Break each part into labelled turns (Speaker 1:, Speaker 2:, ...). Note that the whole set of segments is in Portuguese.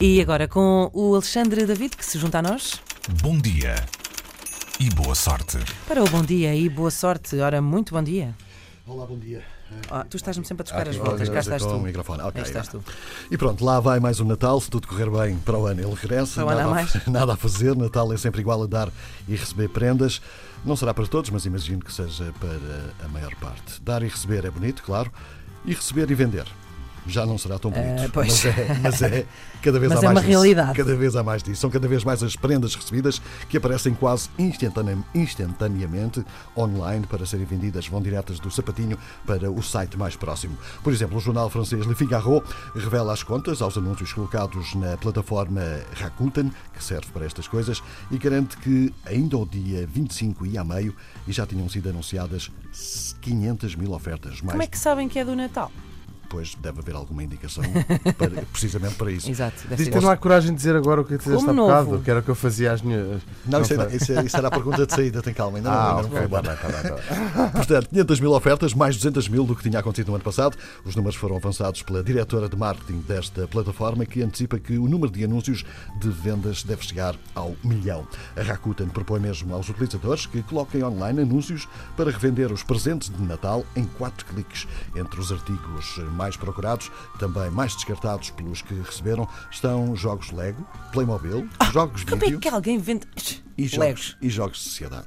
Speaker 1: E agora com o Alexandre David, que se junta a nós.
Speaker 2: Bom dia e boa sorte.
Speaker 1: Para o bom dia e boa sorte. Ora, muito bom dia.
Speaker 3: Olá, bom dia.
Speaker 1: Ah, tu estás-me sempre a despejar as
Speaker 3: Ah,
Speaker 1: voltas. Cá
Speaker 3: olha,
Speaker 1: estás
Speaker 3: com
Speaker 1: tu.
Speaker 3: o microfone. Ok,
Speaker 1: Aí estás
Speaker 3: já.
Speaker 1: tu.
Speaker 3: E pronto, lá vai mais um Natal, se tudo correr bem para o ano ele regressa.
Speaker 1: Para o ano
Speaker 3: nada,
Speaker 1: há mais.
Speaker 3: A, nada a fazer, Natal é sempre igual a dar e receber prendas. Não será para todos, mas imagino que seja para a maior parte. Dar e receber é bonito, claro. E receber e vender. Já não será tão bonito.
Speaker 1: Ah, pois.
Speaker 3: Mas, é, mas é cada vez
Speaker 1: Mas
Speaker 3: há
Speaker 1: é
Speaker 3: mais
Speaker 1: uma
Speaker 3: disso.
Speaker 1: realidade.
Speaker 3: Cada vez há mais disso. São cada vez mais as prendas recebidas que aparecem quase instantane- instantaneamente online para serem vendidas. Vão diretas do sapatinho para o site mais próximo. Por exemplo, o jornal francês Le Figaro revela as contas aos anúncios colocados na plataforma Rakuten, que serve para estas coisas, e garante que ainda ao dia 25 e a meio e já tinham sido anunciadas 500 mil ofertas. Mais
Speaker 1: Como é que sabem que é do Natal?
Speaker 3: depois deve haver alguma indicação para- precisamente para isso.
Speaker 1: Exato. deve
Speaker 4: Diz
Speaker 1: ser
Speaker 4: que não há coragem de dizer agora o que disseste
Speaker 1: Como
Speaker 4: há
Speaker 1: novo.
Speaker 4: bocado, que era o que eu fazia às minhas.
Speaker 3: Não, isso, é
Speaker 4: sei.
Speaker 3: era, isso, era- isso era a pergunta de saída, tem calma, ainda não,
Speaker 4: Ah,
Speaker 3: ainda não
Speaker 4: ok,
Speaker 3: foi
Speaker 4: tá
Speaker 3: embora.
Speaker 4: bem, tá bem, tá bem.
Speaker 3: Portanto, 500 mil ofertas, mais 200 mil do que tinha acontecido no ano passado. Os números foram avançados pela diretora de marketing desta plataforma, que antecipa que o número de anúncios de vendas deve chegar ao milhão. A Rakuten propõe mesmo aos utilizadores que coloquem online anúncios para revender os presentes de Natal em 4 cliques. Entre os artigos mais procurados, também mais descartados pelos que receberam, estão jogos Lego, Playmobil, jogos
Speaker 1: Como é
Speaker 3: vídeo
Speaker 1: que alguém vende
Speaker 3: e jogos,
Speaker 1: Legos?
Speaker 3: e jogos de sociedade.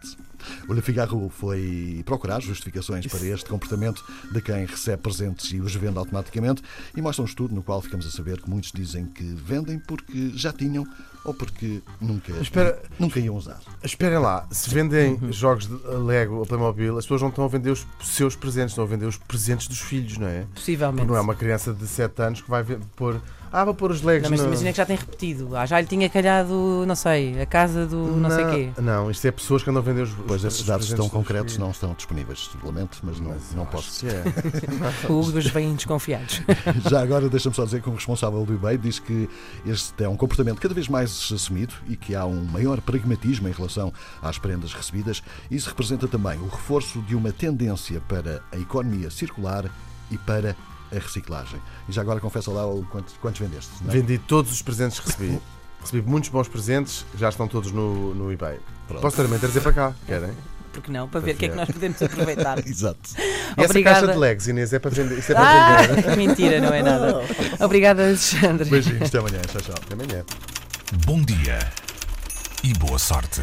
Speaker 3: O Le Figaro foi procurar justificações para este comportamento de quem recebe presentes e os vende automaticamente e mostra um estudo no qual ficamos a saber que muitos dizem que vendem porque já tinham ou porque nunca,
Speaker 4: Espera.
Speaker 3: nunca iam usar.
Speaker 4: Esperem lá, se vendem
Speaker 1: Uhum.
Speaker 4: jogos de Lego ou Playmobil, as pessoas não estão a vender os seus presentes, estão a vender os presentes dos filhos, não é? Porque
Speaker 1: Possivelmente.
Speaker 4: não é uma criança de 7 anos que vai ver- pôr. Ah, vou pôr os Legos
Speaker 1: Não, mas
Speaker 4: na-
Speaker 1: imagina que já tem repetido. Ah, já lhe tinha calhado, não sei, a casa do não, sei quê.
Speaker 4: Não, isto é pessoas que andam a vender os.
Speaker 3: Pois
Speaker 4: os-
Speaker 3: esses
Speaker 4: os
Speaker 3: dados
Speaker 4: presentes
Speaker 3: estão
Speaker 4: dos
Speaker 3: concretos,
Speaker 4: filhos.
Speaker 3: não estão disponíveis, lamento, mas não,
Speaker 4: Mas
Speaker 3: não
Speaker 4: acho
Speaker 3: posso.
Speaker 4: que é.
Speaker 1: O Hugo os vêm desconfiados.
Speaker 3: Já agora, deixa-me só dizer que o responsável do eBay diz que este é um comportamento cada vez mais assumido e que há um maior pragmatismo em relação às prendas recebidas. Isso representa também o reforço de uma tendência para a economia circular e para a reciclagem. E já agora confessa lá o quantos, quantos vendeste. não é?
Speaker 4: Vendi todos os presentes que recebi. Recebi muitos bons presentes, já estão todos no, no eBay.
Speaker 3: Pronto.
Speaker 4: Posso também trazer para cá, querem?
Speaker 1: Porque não? Para ver o que é que
Speaker 4: ver.
Speaker 1: nós podemos aproveitar.
Speaker 3: Exato.
Speaker 4: E essa
Speaker 1: Obrigada.
Speaker 4: caixa de legs, Inês, é para vender. Isso é para
Speaker 1: Ah,
Speaker 4: vender.
Speaker 1: mentira, não é nada. Obrigada, Alexandre.
Speaker 3: Beijinhos, até amanhã. Tchau, tchau.
Speaker 4: Até amanhã.
Speaker 2: Bom dia e boa sorte.